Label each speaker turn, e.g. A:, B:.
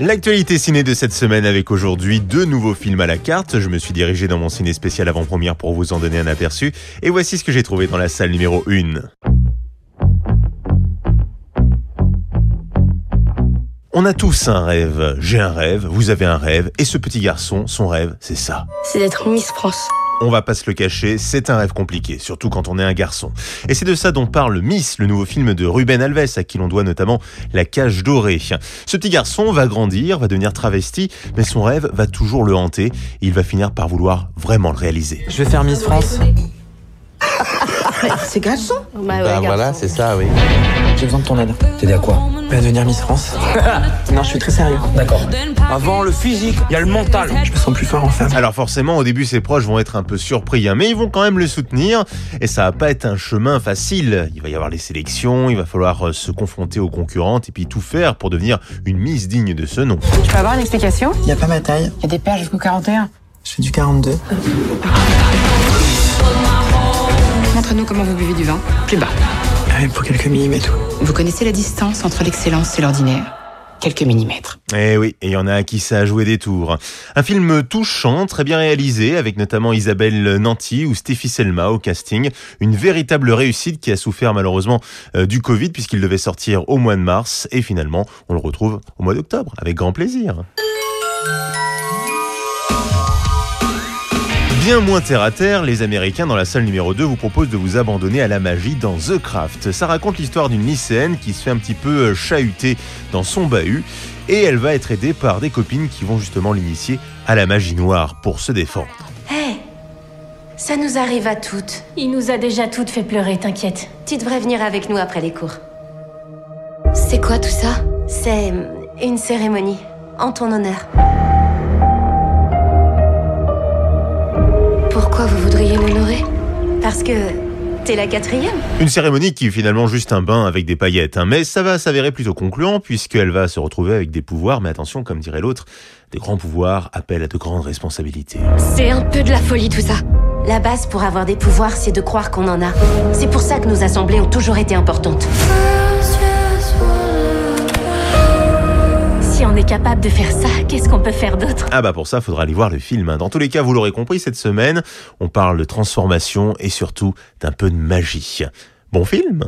A: L'actualité ciné de cette semaine avec aujourd'hui deux nouveaux films à la carte. Je me suis dirigé dans mon ciné spécial avant-première pour vous en donner un aperçu. Et voici ce que j'ai trouvé dans la salle numéro 1. On a tous un rêve. J'ai un rêve, vous avez un rêve, et ce petit garçon, son rêve, c'est ça.
B: C'est d'être Miss France.
A: On va pas se le cacher, c'est un rêve compliqué, surtout quand on est un garçon. Et c'est de ça dont parle Miss, le nouveau film de Ruben Alves, à qui l'on doit notamment La Cage Dorée. Ce petit garçon va grandir, va devenir travesti, mais son rêve va toujours le hanter, et il va finir par vouloir vraiment le réaliser.
C: Je vais faire Miss France.
D: C'est garçon
B: Bah,
E: Bah voilà, c'est ça, oui.
C: J'ai besoin de ton aide. Bah,
F: T'aider à quoi
C: À devenir Miss France. non, je suis très sérieux.
F: D'accord.
C: Avant le physique, il y a le mental. Je me sens plus fort en femme.
A: Alors forcément, au début, ses proches vont être un peu surpris, hein, mais ils vont quand même le soutenir. Et ça va pas être un chemin facile. Il va y avoir les sélections, il va falloir euh, se confronter aux concurrentes et puis tout faire pour devenir une Miss digne de ce nom.
G: Je peux avoir une explication
C: Il n'y a pas ma taille.
G: Il y a des paires jusqu'au 41.
C: Je fais du 42.
D: Montre-nous comment vous buvez du vin.
G: Plus bas.
C: Ah, il me faut quelques millimètres. ouais.
D: Vous connaissez la distance entre l'excellence et l'ordinaire Quelques millimètres.
A: Eh oui, et il y en a à qui ça a joué des tours. Un film touchant, très bien réalisé, avec notamment Isabelle Nanty ou Stéphie Selma au casting. Une véritable réussite qui a souffert malheureusement euh, du Covid puisqu'il devait sortir au mois de mars. Et finalement, on le retrouve au mois d'octobre, avec grand plaisir. Bien moins terre à terre, les Américains dans la salle numéro 2 vous proposent de vous abandonner à la magie dans The Craft. Ça raconte l'histoire d'une lycéenne qui se fait un petit peu euh, chahuter dans son bahut et elle va être aidée par des copines qui vont justement l'initier à la magie noire pour se défendre.
H: Ça nous arrive à toutes.
E: Il nous a déjà toutes fait pleurer, t'inquiète.
H: Tu devrais venir avec nous après les cours. C'est quoi tout ça C'est hum, une cérémonie. En ton honneur.
B: Pourquoi vous voudriez m'honorer
H: Parce que t'es la quatrième.
A: Une cérémonie qui est finalement juste un bain avec des paillettes, hein, mais ça va s'avérer plutôt concluant puisqu'elle va se retrouver avec des pouvoirs, mais attention, comme dirait l'autre, des grands pouvoirs appellent à de grandes responsabilités.
B: C'est un peu de la folie tout ça.
H: La base pour avoir des pouvoirs, c'est de croire qu'on en a. C'est pour ça que nos assemblées ont toujours été importantes.
E: Si on est capable de faire ça, qu'est-ce qu'on peut faire d'autre
A: Ah bah pour ça, faudra aller voir le film. hein. Dans tous les cas, vous l'aurez compris, cette semaine, on parle de transformation et surtout d'un peu de magie. Bon film